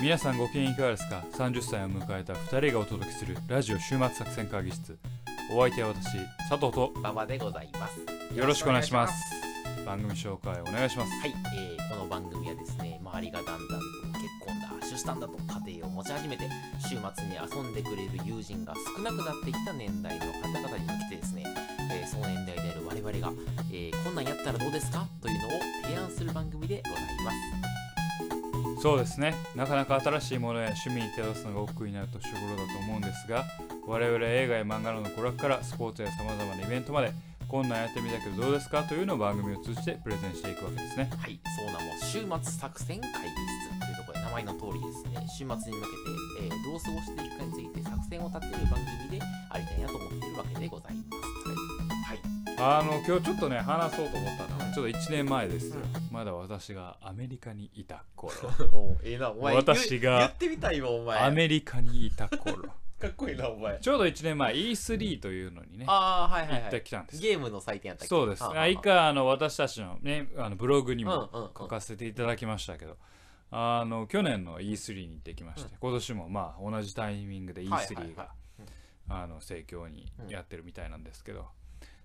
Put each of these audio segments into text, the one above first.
皆さんご機嫌いかがですか ?30 歳を迎えた2人がお届けするラジオ週末作戦会議室。お相手は私、佐藤と馬場でございます。よろしくお願いします。番組紹介お願いします。はい、えーこの番組はですね、周りがだんだんと結婚だ、出産だと家庭を持ち始めて、週末に遊んでくれる友人が少なくなってきた年代の方々に向けてですね、えーその年代である我々が、えーこんなんやったらどうですかというのを提案する番組でございます。そうですねなかなか新しいものや趣味に手を出すのが億劫になる年頃だと思うんですが我々映画や漫画などの娯楽からスポーツやさまざまなイベントまでこんなんやってみたけどどうですかというのを番組を通じてプレゼンしていくわけですねはい、そうなも週末作戦会議室というところで名前の通りですね、週末に向けて、えーどう過ごしていくかについて作戦を立てる番組でありたいなと思っているわけでございます。はい、あの今日ちょっとね話そうと思ったのうはんちょっと1年前ですよ、うまだ私がアメリカにいた頃おええな、お前。私が言言ってみたいわ、お前。アメリカにいた頃 かっこいいな、お前。ちょうど1年前 E3 というのにね行ああ、はいはい、っはてい。きたんですゲームの祭典やったっけそうですああ以下あの私たちのねあのブログにうんうんもうん。書かせていただきましたけど、あの去年の E3 に行ってきまして、今年もまあ同じタイミングで E3 が、はいはいはあの盛況にやってるみたいなんですけど、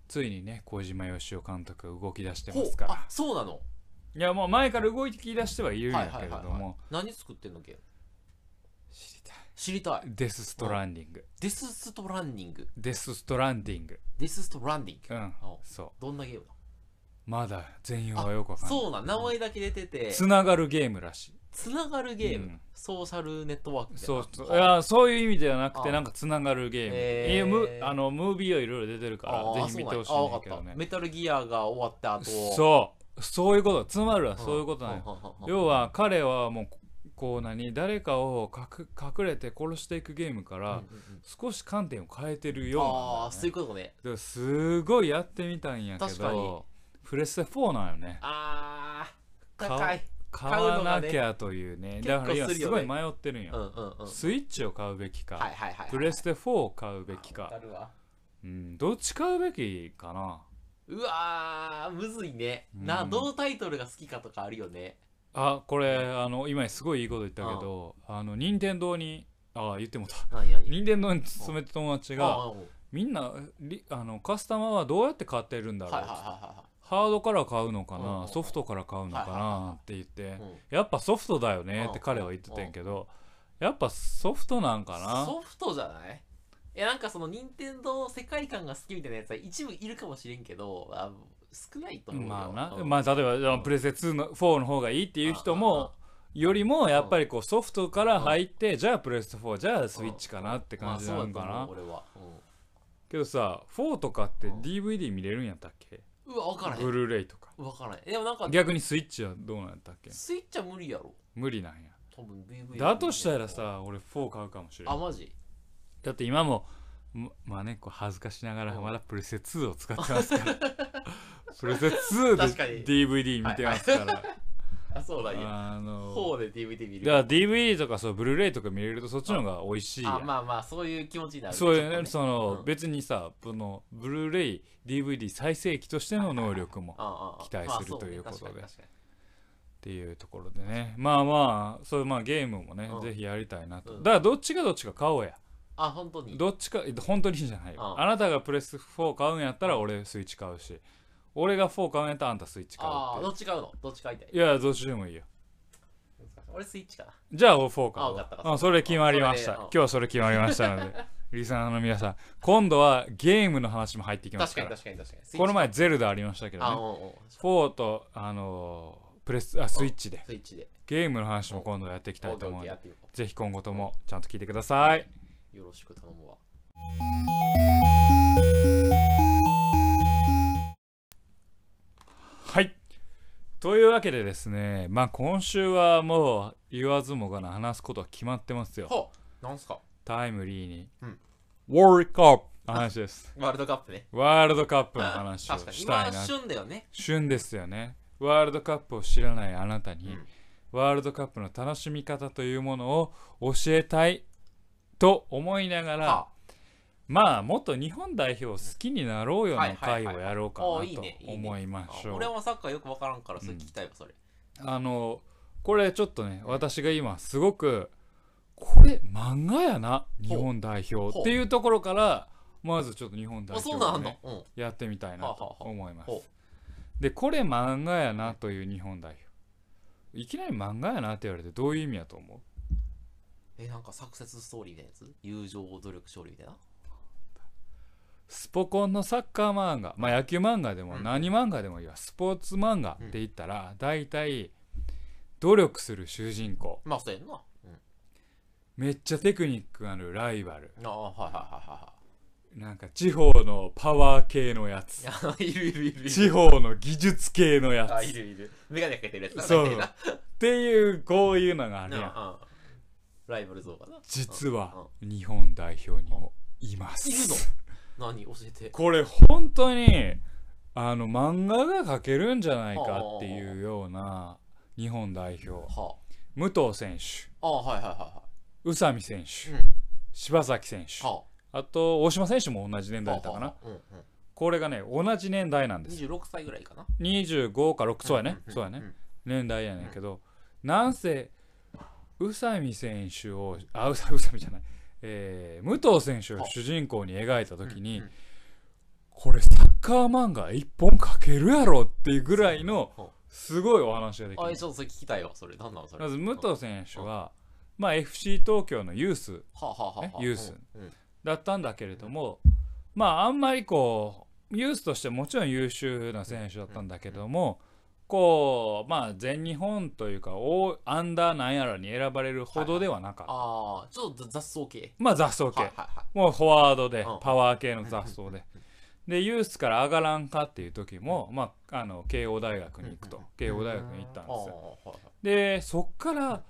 ついにね小島よしお監督が動き出してほまうすかあらそうなのいやもう前から動き出してはいるんはやいはけれいどはも、いはい。何作ってんのゲーム知りたい知りたい。デス・ストランディング、デスストランディング。デス・ストランディングデスストランディンうグ。んおそうどんなゲームまだ全容なはよくわかんないそうなん、名前だけ出てて、つながるゲームらしいつながるゲーム、うんソーシャルネットワークみたいそなうそういはあやそういう意味ではなくてあなんかつながるゲーム、へーえむあのムービーはいろいろ出てるあからぜひ見てほしいんだけそうなどんやあわかったねメタルギアが終わった後そうそういうことつまりはんそういうことなのよ、ん要は彼はもうこう何誰かを隠隠れて殺していくゲームかうんうらんうん少し観点を変えてるようなんだよねああそういうことねでもすごいやってみたんやけ確かにどプレステ4なんよねあー買う高い買買うのわがなねきゃというね結構だから今するすよごねい迷ってるんよ、うんうんうんはいスイッチを買うべきか、はいはいはいプレステ4を買うべきあわかるわうん、どっち買うべきかなうわーむずいねなうんどのタイトルが好きかとかあるよねあこれあの今すごいいいこと言ったけどあの任天堂にあ言ってもうた 何や任天堂に勤めた友達がはいみんなリあのカスタマーはどうやって買ってるんだろうはいっつって、はハードから買うのかうんうんうなんソフトから買うのかはいはいはいはないって言っていはいうんやっぱソフトだよねって彼は言ってたんやけどやっぱソフトなんかなソフトじゃないいやなんかその任天堂の世界観が好きみたいなやつは一部いるかもしれんけどあ少ないと思うよまあな、うんまあ例えばプレゼ2の4の方がいいっていう人もよりもやっぱりこうソフトから入ってじゃあプレステ4じゃあスイッチかなって感じなのかまあなそうだと思う俺は、けどさ4とかってうん DVD 見れるんやったっけうん、うわ分からへんブルーレイとか分からへんでもなんか逆にスイッチはどうなんやったっけスイッチは無理やろ無理なんや多分 VV だとしたらさ俺4買うかもしれなあいマジだって今もままあねこう恥ずかしながらうんまだプレステ2を使ってます からプレステ2確かにで DVD 見てます からあそうだいやあの方で DVD 見るだから DVD とかそうブルーレイとか見れるとそっちの方が美味しいやんあまあまあそういう気持ちになるそういうちょっねとその、うん別にさこのブルーレイ DVD 再生機としての能力もっあああ期待するまあということでそうね確かに確かていうところでねまあまあそういうまあゲームもね、うんぜひやりたいなと、うんだからどっちがどっちか買おうやにあ本当にどっちかえ本当にいいじゃないよ、うんあなたがプレス4買うんやったら俺スイッチ買うし俺が4買うんやったらあんたスイッチ買うああっどっち買うのどっち買いたいていやどっちでもいいよ俺スイッチかなじゃあ、オフォーか。あわかったわかったうんそれ決まりましそた。れでうん今日はそれ決まりましたの で、リスナーの皆さん、今度はゲームの話も入ってきます確かかにら。確かに確かにスイッチこの前、ゼルダありましたけどあねう。んうんフォーと、あのープレス、あ、スイッチで。スイッチでゲームの話も今度やっていきたいと思うのやっで、ていこぜひ今後ともちゃんと聞いてください。うよろしく頼むわはい。というわけでですね、まあ今週はもう言わずもがな話すことは決まってますよ。ほうなんすかタイムリーに。うんワールドカップの話 です。ワールドカップねワールドカップの話を確かにしたいな今旬だよね旬ですよねワールドカップを知らないあなたに、うんワールドカップの楽しみ方というものを教えたいと思いながら、はまあもっと日本代表を好きになろうよはいのはい会はいをやろうかなおとーいいねいいね思いましょう、俺はサッカーよくわからんからそれ聞きたいわそれあのこれちょっとね私が今すごくこれ漫画やな日本代表ほうっていうところからまずちょっと日本代あ表そをうなんあんのね、うん、やってみたいなと思いますほでこれ漫画やなという日本代表いきなり漫画やなって言われてどういう意味やと思うえなんかサクセスストーリーみたいなやつ友情努力勝利みたいなスポコンのサッカー漫画まあ野球漫画でもうん何漫画でもいいわ、スポーツ漫画って言ったら大体努力する主人公まあそうやんな、うん、めっちゃテクニックあるライバルああはいはなんか地方のパワー系のやついはいはいいるいるいるいる地方の技術系のやあいつっるいるメガネかけてるやつだそう大体なていうこういうのがあるやんうんうんライバル像がな実は日本代表にもいますいるの何教えてこれ本当にあの漫画が描けるんじゃないかっていうような日本代表は武藤選手ああはいはいは宇佐美選い手はいうん柴崎選手はあと大島選手も同じ年あ代だったかなはあはあうんうんこれがね同じ年代なんです26歳ぐらいかな25か6そうやねんんそうやねん年代やねんけど、なんせ宇佐美選手をあ宇佐宇佐美じゃない、えー武藤選手を主人公に描いた時に、うんうんこれサッカー漫画一本描けるやろっていうぐらいのほすごいお話ができうあえるちょっとそれ聞きたいわそれ何なのそれまず武藤選手は、まあ、FC 東京のユースはあはあはあはあねユースうんうんだったんだけれども、まああんまりこうユースとしてもちろん優秀な選手だったんだけども、こうまあ全日本というかおアンダーなんやらに選ばれるほどではなかった、ああちょっと雑草系まあ雑草系、はいはいはいもうフォワードで、うんパワー系の雑草で。でユースから上がらんかっていう時も、まあ、あの慶応大学に行くと、うんうん慶応大学に行ったんですよ。ああはいはいでそっから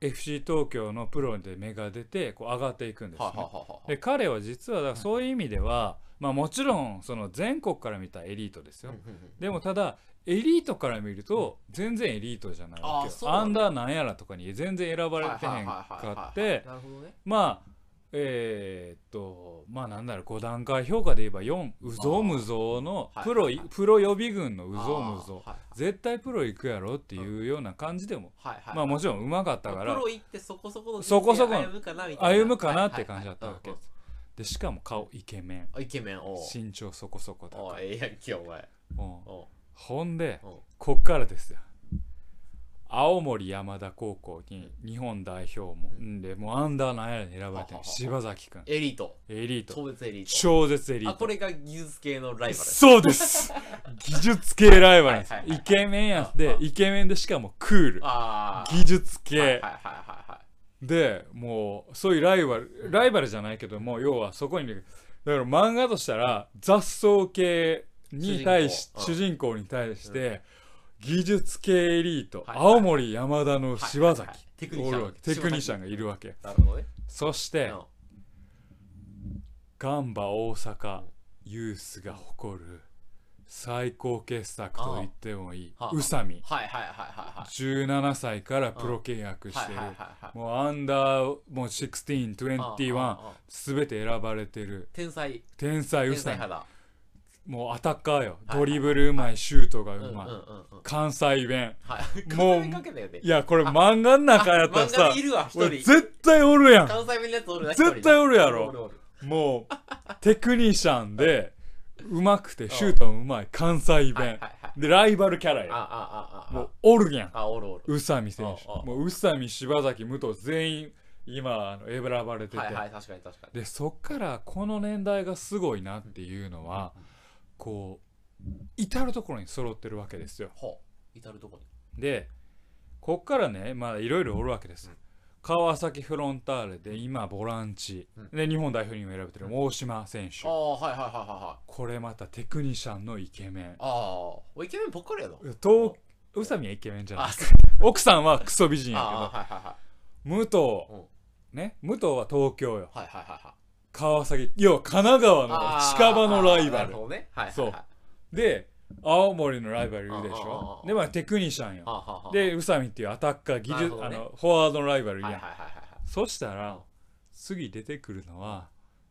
FC 東京のプロで芽が出てこう上がっていくんですよ、ねはいはいはいはいで彼は実はだからそういう意味では、まあ、もちろんその全国から見たらエリートですよ、うんうんうんでもただエリートから見ると全然エリートじゃないわあーけそうよなんだアンダーなんやらとかに全然選ばれてへんはいはいはいはいはかいってなるほどねまあえーっとまあなんだろう5段階評価で言えば4うぞうむぞうのあープロ,、はいはいはいプロ予備軍のううぞうむぞうはい絶対プロ行くやろっていうような感じでも、はいはいまあもちろんうまかったからプロ行ってそこそこの人生そこそこの歩むかなみたいな歩むかなって感じだったわけではいはいはいすでしかも顔イケメンうんうんイケメンおう身長そこそこ高おい、いええやんけお前うんおうほんでおうこっからですよ青森山田高校に日本代表も、、うんでもうアンダーなんやらに選ばれてるははは柴崎君エリートエリート超絶エリー超絶エリトーあトこれが技術系のライバルそうです技術系ライバルなんです、はいはいはいイケメンやんあであイケメンでしかもクールああ技術系、はいはいはいはいはいでもうそういうライバルライバルじゃないけども要はそこにだから漫画としたら雑草系に対し主主人公に対して、技術系エリート、はい青森山田の柴はいはいは崎いテクニおシャンるわけテクニシャンがいるわけなるほどねそして、うんガンバ大阪うんユースが誇る最高傑作と言ってもいいああ宇佐美はいはいはいはいはい17歳からプロ契約しはているはいはいはいもうアンダーもう16、うんうんう21んすべて選ばれてる天才天才天ウサ才ギ肌もうアタッカーよはいドリブルうまいシュートがうんううんうんうまい、ん関西弁はいもう完全にかけたよねいやこれ漫画の中やったらあ漫さ画でいるわ一俺人絶対おるやん関西弁のやつおるな絶対おるやろおるおるもうテクニシャンでうまくてシュートもうまい関西はいはい弁はいでライバルキャラあやあああもあうおるやんあおるおる宇佐美選手ああもう宇佐美柴崎武藤全員今あの選ばれてて、はいはい確かに確かにでそっからこの年代がすごいなっていうのはこう至る所に揃ってるわけですよほう至るとこにでこっからねまあいろいろおるわけです、うん川崎フロンターレで今ボランチ、うんで日本代表にも選べてる大島選手、ああはいはいはいはいはいこれまたテクニシャンのイケメンああイケメンばっかりやな東宇佐美はイケメンじゃないあそう奥さんはクソ美人あやあはいはいはけど武藤、ね武藤は東京よいはいはいはいはい川崎要は神奈川あのー近場のライあーなバるルほどねはいはいはいそうで青森のライバルいるでしうんうんうんょうんでまあテクニシャンよはあはあはあで宇佐美っていうアタッカー技なる術ほあどねのフォワードのライバルいるはいやはいんはいはいはいそしたらうん次出てくるのは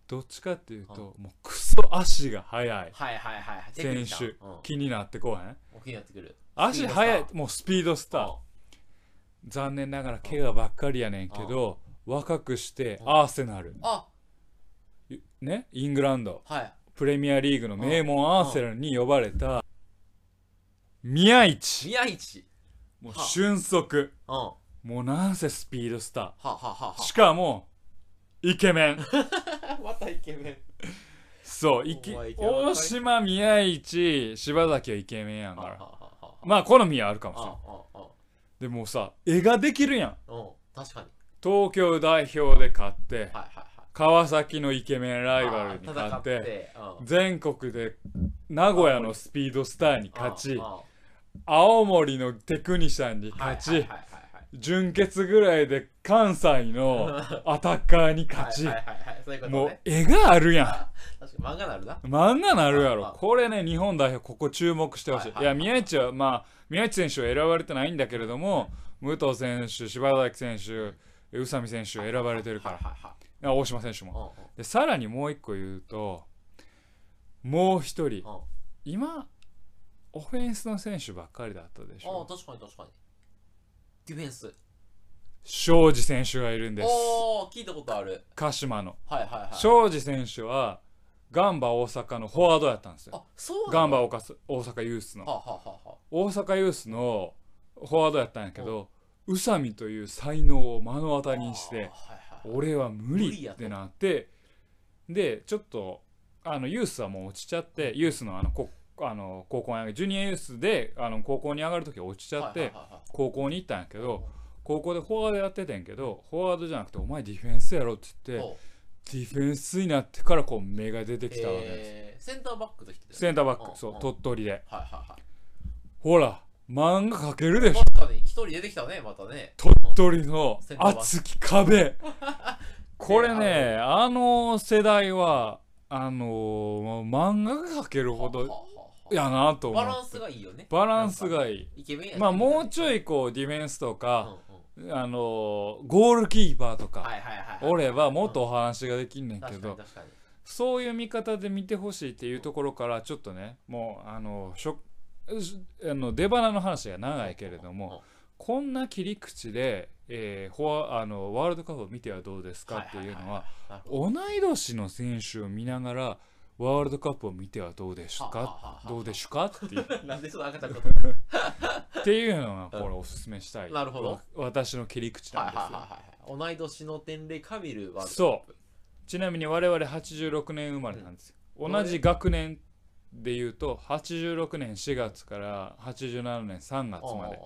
どっちかっていうともうクソ足が速いはいはいはいはいテクニ選シャン手気になってこうへんうん大きくなってくる足速いスピードスタもうスピードスター残念ながら怪我ばっかりやねんけど若くしてアーセナルあねイングランドはいプレミアリーグの名門アーセナルに呼ばれた宮市宮市もうはあ俊足うんはもうなんせスピードスタあはあはあはーしかもイケメンあ またイケメンそうイケお前イケメンばっかり大島宮市柴崎はイケメンやんかはあはらあはあはあまあ好みはあるかもしれんああでもさ絵ができるやんあうん確かに東京代表で勝ってはいはい川崎のイケメンラはいイバルに勝ってああ戦ってうん全国で名古屋のスピードスターに勝ちあああ青森のテクニシャンにあ勝ち、はいはいはいはいはい準決ぐらいで関西の アタッカーに勝ち、はいはいはいはいそういうこともうね絵があるや確かに漫画なるなん漫画なるやああろこれね日本代表ここ注目してほしい、はいいはいはいや宮市はまあ宮市選手は選ばれてないんだけれども武藤選手柴崎選手宇佐美選手選ばれてるから、はいはいはいあ大島選手もうんうんでさらにもう一個言うともう一人うん今オフェンスの選手ばっかりだったでしああょ確かに確かにディフェンス庄司選手がいるんですおお聞いたことある鹿島のはいはいはい庄司選手はガンバ大阪のフォワードやったんですよあそうガンバを大阪ユースはあのはあはあは大阪ユースのフォワードやったんやけど宇佐美という才能を目の当たありにしあてあはいはい俺は無無理理やっとてなってでちょっとあのユースはもう落ちちゃってユースのあのこあの高校に上げジュニアユースであの高校に上がる時は落ちちゃっはいてはいはいはい高校に行ったんやけど高校でフォワードやっててんけどフォワードじゃなくてお前ディフェンスやろって言っておうディフェンスになってからこう目が出てきたわけです、えーセンターバックとしてセンターバッうんクそううん鳥取ではいはいはいほら漫画描けるでしょ確かに一人出てきたねまたね鳥取のセンターバック熱き 壁これねあの世代はあのー漫画が描けるほはあどはあはあやなと思バうランスがいいよねバランスがいいイケメンやねまあもうちょいこうディフェンスとうんうんか、はあのーゴールキーパーとかいはいはいおればもっとお話ができんねんけ確かどに確かにそういう見方で見てほしいっていうところからちょっとねもうあのしょしあの出花の話が長いけれどもこんな切り口で、えーフォアあのワールドカップを見てはどうですかっていうのはなるほど同い年の選手を見ながらワールドカップを見てはどうですはあはかあはあどうでしゅかっていうなんでその赤ちゃんのことっていうのがこれおすすめしたい なるほどわ私の切り口なんはいではすいよ。はいはい同い年の天霊カビルはそうちなみに我々86年生まれなんですよ、うん同じ学年で言うと86年4月から87年3月まで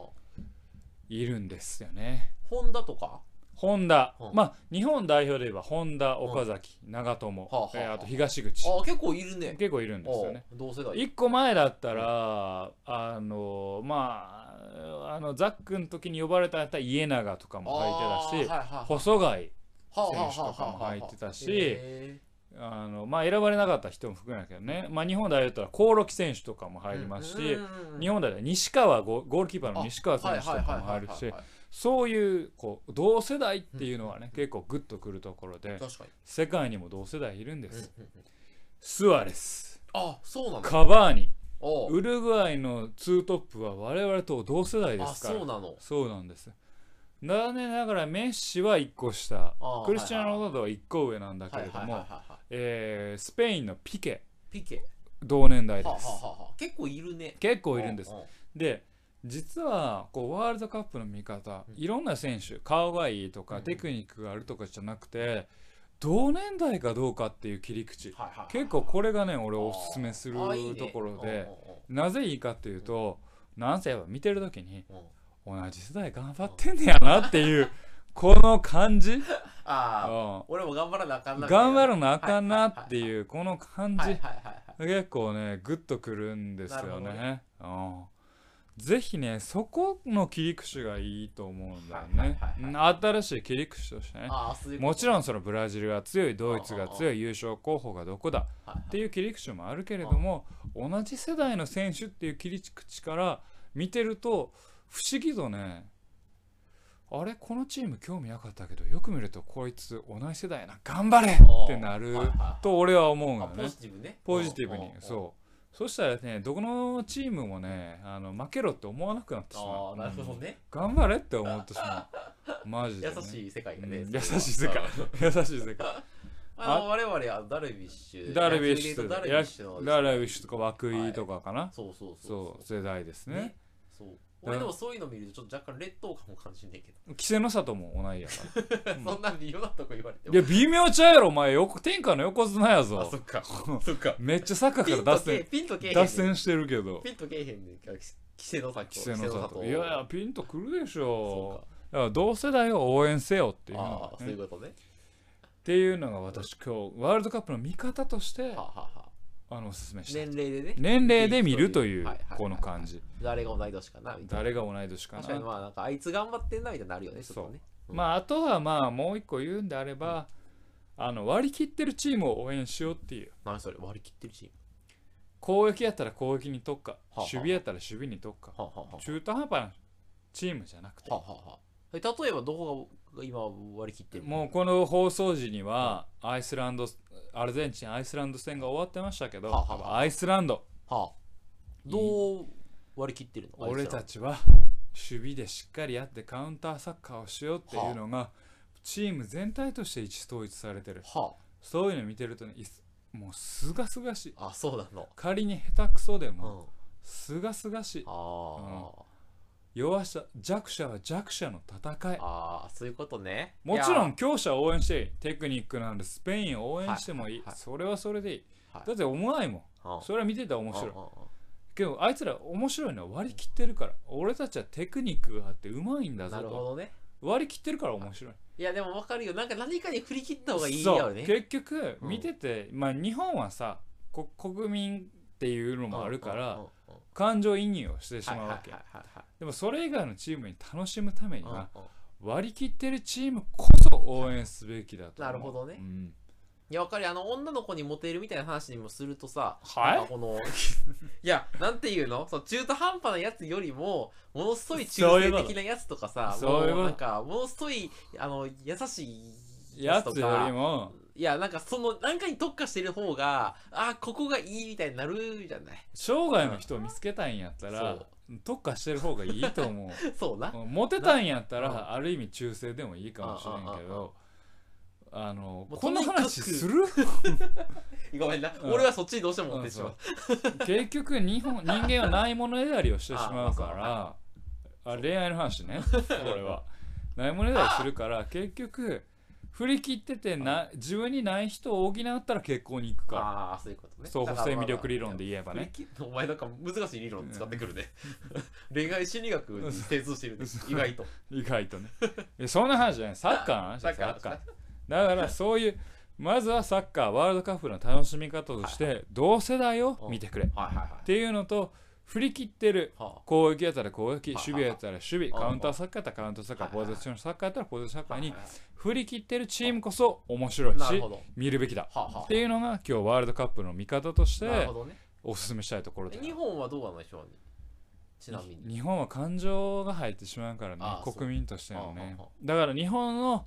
いるんですよねホンダとかホンダ、うんまあ日本代表で言えばホンダ岡崎、長友、はあはあえーあと東口あ結構いるね結構いるんですよねあ同世代一個前だったらあのまああのザックの時に呼ばれたやったら家長とかも入ってたし、あーはいはいはい細貝は選手とかも入ってたしへあのまあ、選ばれなかった人も含めだけどね、まあ、日本代表だったら興梠選手とかもー入りますし、うんうん日本代表西川ゴゴールキーパーの西川選手とかも入るはいはいしはいはいそういうこう同世代っていうのはね、結構グッとくるところではい確かに世界にも同世代いるんです、うんうんうんスアレスあそうなのカバーニおうウルグアイのツートップは我々と同世代であすからそうなのそうなんです残念ながらメッシは1個下あークリスチャン・はいロはいナウドは1個上なんだけはれいどはいはいもはいはいえースペインのピケピケ同年代ではあはす、あはあはあ結構いるね結構いるんですううで実はこうワールドカップの見方うんいろんな選手顔がいいとうんかうんテクニックがあるとかじゃなくて同年代かどうかっていう切り口はいはいはい結構これがね俺おすすめするあーいいねところうでんうんうんなぜいいかっていうとなんせやっぱ見てる時にうん同じ世代頑張ってんねやなっていうこの感じ、うん、ああ頑俺も頑張らなあかんな張るるなあかんなっていうこの感はいじはいはいはい結構ねグッとくるんですなるよほどね。うんぜひねそこの切り口がいいと思うんだよはいねはい。はいうん新しい切り口としてね。ああそういうこともちろんそのブラジルが強いドイツがうんうん強い優勝候補がどこだはいっていう切り口もあるけれども同じ世代の選手っていう切り口から見てると不思議とねあれこのチーム興味なかったけどよく見るとこいつ同じ世代やな頑張れってなるはいはいはいと俺は思うのあポねジ。ティブねポジティブうんにうんうんそうそしたらねどこのチームもねあの負けろって思わなくなってしまあうあなるほどうんね、頑張れって思ってしま うマジで、ね、優しい世界だね、うんそ優れはしい世界優しい世界あの我々はダルビッシュダルビッシュ野球で言うとダルビッシュのとダルビッシュとか涌井とかかな、そうそうそうそう世代ですねそうだ俺でもそういうの見るとちょっと若干劣等感も感じんねんけど、稀勢の里も同いやかうんそんな微妙なとこ言われてらもいや微妙ちゃうやろお前よ天下の横綱やあぞそっかそっかめっちゃサッカピーンからと脱け線ピンとけえへんねん脱線してるけどピンとけえへんねんから規制の里稀勢の里いやいやピンとくるでしそょうだから同世代を応援せよっていうかあのあがそういねっうことねていうのが私今日ワールドカップの見方としてはあ、はあはあ、あのおすすめした年齢でね年齢で見るというはいはいはいこの感じ誰が同い年かなみたいな誰が同い年か確かになまあなんかあいつ頑張ってんなみたいになるよねちょっとねうんまああとはまあもう一個言うんであればあの割り切ってるチームを応援しようっていう何それ割り切ってるチーム攻撃やったら攻撃に特化あはあ守備やったら守備に特化はあ、はあはあ中途半端なチームじゃなくてはあはあはあえ例えばどこが今割り切ってるもうこの放送時にはアイスランドアルゼンチンアイスランド戦が終わってましたけどはあはあアイスランドはあ、どう割り切ってるの俺あたいつちは守備でしっかりやってカウンターサッカーをしようっていうのがチーム全体として一致統一されてるらはそういうの見てるとねいすもうすがすがしいああそうなの仮に下手くそでうんもすがすがしいあー、弱さ弱者は弱者の戦いあーそういうことねもちろいやん強者を応援していいテクニックなんでスペインを応援してもいい、はいはいはいそれはそれでいい、はいだって思わないもんうんそれは見てたら面白いうんうんうんけどあいつら面白いのは割り切ってるから俺たちはテクニックがあってうまいんだぞなるほとどね割り切ってるから面白いいやでも分かるよなんか何かに振り切った方がいいそようね結局うん見てて、まあ日本はさこ国民っていうのもあるから、うんうんうんうん感情移入をしてしはいまはういわはいけ、はいでもそれ以外のチームに楽しむためにはいは、うんうん割り切ってるチームこそ応援すべきだと思うなるほどねうんいや、わかるよあの、女の子にモテるみたいな話にもするとさ、はいなんかこの、 いや、なんていうのその中途半端なやつよりも、ものすごい中そういう性こと的なやつとかさ、そういうこともなんか、ものすごい、あの、優しいやとつよりか、もいや、なんかその、なんかに特化してる方が、あ、ここがいいみたいになるじゃない。 生涯の人を見つけたいんやったらそ特化してる方がいいと思そう な。うモテたんやったうんらある意味中性でもいいかもしれんけうんうんうんどあのもうこの話するごめんな。うん俺はそっちにどうしても持ってしまう。結局日 本人間はないものねだりをしてしまうからあそうあ恋愛の話 ねこれはないものねだりするから結局振り切っててな自分にない人を補ったら結婚に行くからああ、そういうことね。そうだ補から正まあ魅力理論で言えばね振り切お前なんか難しい理論使ってくるね。 恋愛心理学に精通してるねう意 外と。意外とねいやそんな話じゃないサッカーの話サだッよカサーッカーだからそういうまずはサッカーワールドカップの楽しみ方として同世代を見てくれっはいはいはい。ていうのと振り切ってるは攻撃やったら攻撃い守備やったら守備ああカウンターサッカーやったらカウンターサッカーはいはポいはいゼッションサッカーやったらポゼッションサッあカーにはいはい振り切ってるチームこそ面白いなるしほど。は見るべきだあ、はあっていうのが今日ワールドカップの見方としなるてほどね。おすすめしたいところだ日本はどうなのでしょうねちなみに。日本は感情が入ってしまうからねああそう国民としてのねああああだから日本の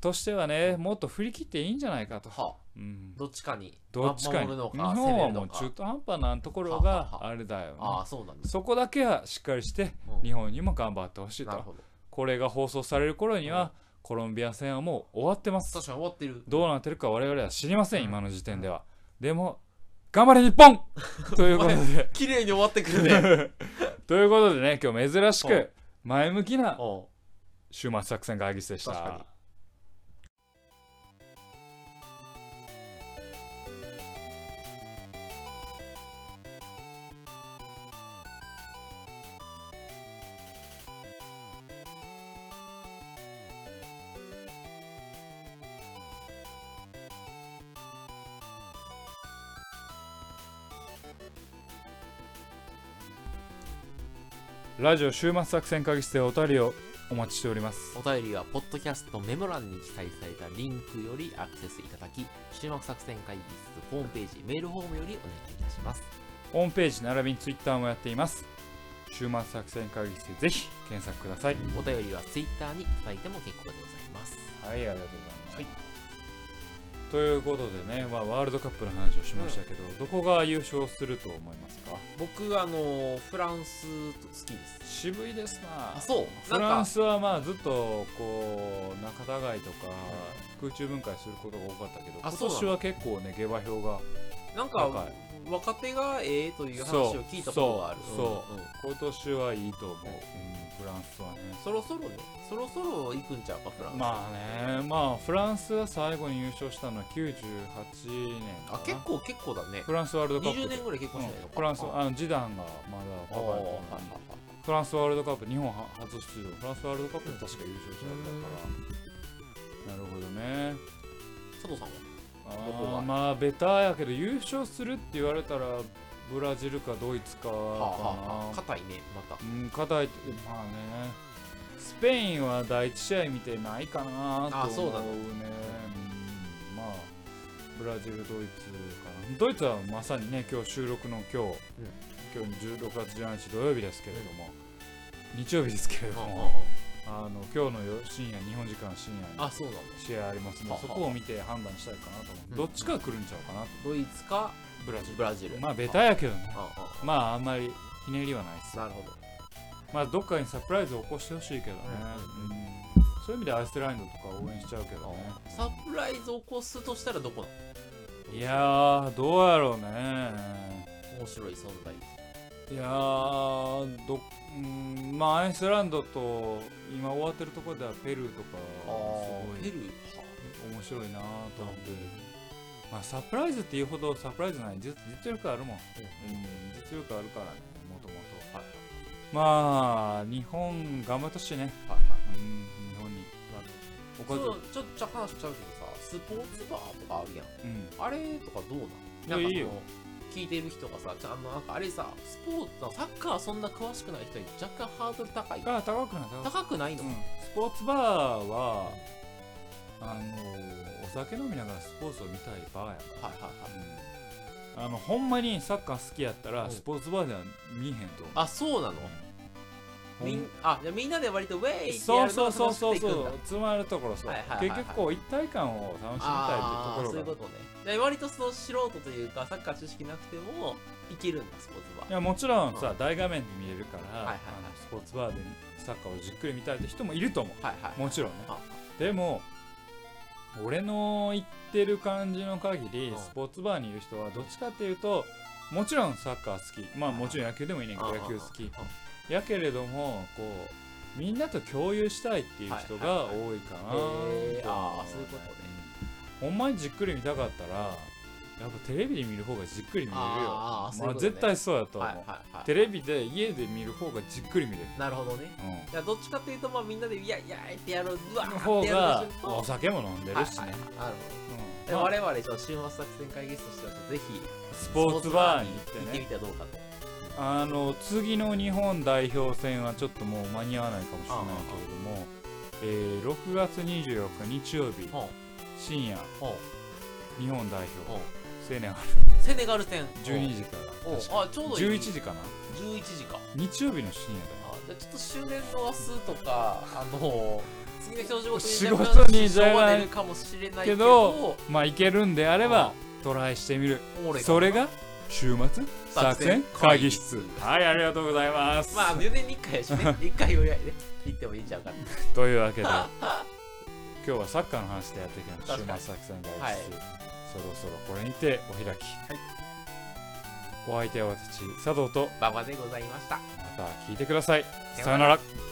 としてはねもっと振り切っていいんじゃないかと、はあ、うん、どっちかにどっちかに守るのか日本は攻めるものうか中途半端なところはあはがああれだよねああ、そうなんです。そこだけはしっかりしてうん日本にも頑張ってほしいなるとほど。これが放送される頃にはコロンビア戦はもう終わってます確かに終わってる。どうなってるか我々は知りませんうん今の時点ではでも頑張れ日本 ということで 綺麗に終わってくる ね。ということでね今日珍しうんく前向きなお週末作戦会議室でした確かにラジオ週末作戦会議室でお便りをお待ちしておりますお便りは、ポッドキャストメモ欄に記載されたリンクよりアクセスいただき、週末作戦会議室ホームページ、メールフォームよりお願いいたします。ホームページ並びにツイッターもやっています週末作戦会議室でぜひ検索くださいお便りは Twitter にいただいても結構でございます。はいありがとうございます、はいということでね、まあ、ワールドカップの話をしましたけど、どこが優勝すると思いますか僕あのフランス好きです渋いですなあそうフなんラかンスはまあずっとこう仲違いとか空中分解することが多かったけどあ今そうなの年は結構ね下馬評がなん高かい若手がええという話を聞いたことがあるそうそうんうん今年はいいと思う、うんフランスはねそろそろねそろそろ行くんちゃうかフランスまあねまあフランスが最後に優勝したのは98年かなあ結構結構だねフランスワールドカップ20年ぐらい結う婚んしてないのか、フランスああのジダンがまだあ若いはいはい頃はいフランスワールドカップ日本は初出場フランスワールドカップで確か優勝者だったからなるほどね佐藤さんはあどこーがまあベターやけど優勝するって言われたらブラジルかドイツかかな、はあはあはあ硬いねまたうん硬いとまあねスペインは第一試合見てないかなあとそう思うなねのうんまあブラジルドイツかなドイツはまさにね今日収録の今日、今日16月17日土曜日ですけれども、日曜日ですけれどあも、あの今日の夜深夜日本時間深夜にあああそうなの試合ありますのはであそこを見て判断したいかなと思う、うんどっちか来るんちゃうかなとドイツかブラジルブラジルまあベタやけどねあああまああんまりひねりはないですあなるほどまあどっかにサプライズを起こしてほしいけどね、うんそういう意味でアイスランドとか応援しちゃうけどねサプライズを起こすとしたらどこなのいやーどうやろうね面白い存在いやーどうんまあアイスランドと今終わってるところではペルーとかすごペいルー面白いなと思って、まあ、サプライズっていうほどサプライズない実実力あるもん、うん、実力あるからねもともとはまあい日本頑張ってほしいねはいはいうん日本におかずそうちょっと話しちゃうけどさスポーツバーとかあるやんうんあれとかどういやなんなんかいいよあの聞いてる人がさちゃんとなんかあれさスポーツのサッカーそんな詳しくない人に若干ハードル高いあ高くない高くない高くないの、うんスポーツバーはあのお酒飲みながらスポーツを見たいバーやかはいはいはいら、あのほんまにサッカー好きやったうらんスポーツバーでは見えへんと思うあそうなのほんみんあじゃあみんなで割とウェイってやそうるのそがうそう楽そしくてういくそんだうつまるところそう、はいはいはいはい結局こう一体感を楽しみあたいあってそういいううとこころがとねで割とその素人というかサッカー知識なくてもいけるんだスポーツバーいやもちろんさ、大画面で見れるから、いはいはいあのスポーツバーでサッカーをじっくり見たいって人もいると思はいはいうもちろんねあでも俺の言ってる感じの限りうんスポーツバーにいる人はどっちかっていうともちろんサッカー好きまあもちろん野球でもいいねんけど野球好きあああやけれどもこうみんなと共有したいっていう人がはいはい多いかなあへーあーそういうことねほんまにじっくり見たかったらやっぱテレビで見る方がじっくり見れるよあーそういまうあことね絶対そうやと思はいはういはいテレビで家で見る方がじっくり見れるなるほどねいやどっちかっていうとまあみんなでいやいやーってやるうわうんのーっ方てやるがのとお酒も飲んでるしはいねはいはいなるほどうでんまあ我々ちょっと週末作戦会議室としてはちょっとぜひススポーツバーに行ポーツってバーに行ってみねてはどうかとあの次の日本代表戦はちょっともう間に合わないかもしれないけれども、えー6月24日日曜日ほ深夜うほ日本代うほ表セネガルうセネガル戦12時からおう確かあちょうどいい11時かな11時か日曜日の深夜だよあじゃあちょっと終電逃すとかあの次の日の仕仕事に事にしょじゃうながい出るかもしれないけけどどまあいけるんであればトライしてみるおもろいかもそれが週末作戦会議室作戦会議室はいありがとうございます、まあ4年に1回やしね1回よりやね行ってもいいんちゃうかなというわけで今日はサッカーの話でやっていきました週確か末に作戦会議室、はいそろそろこれにてお開き、お相手は私佐藤と馬場でございましたまた聞いてくださいさよなら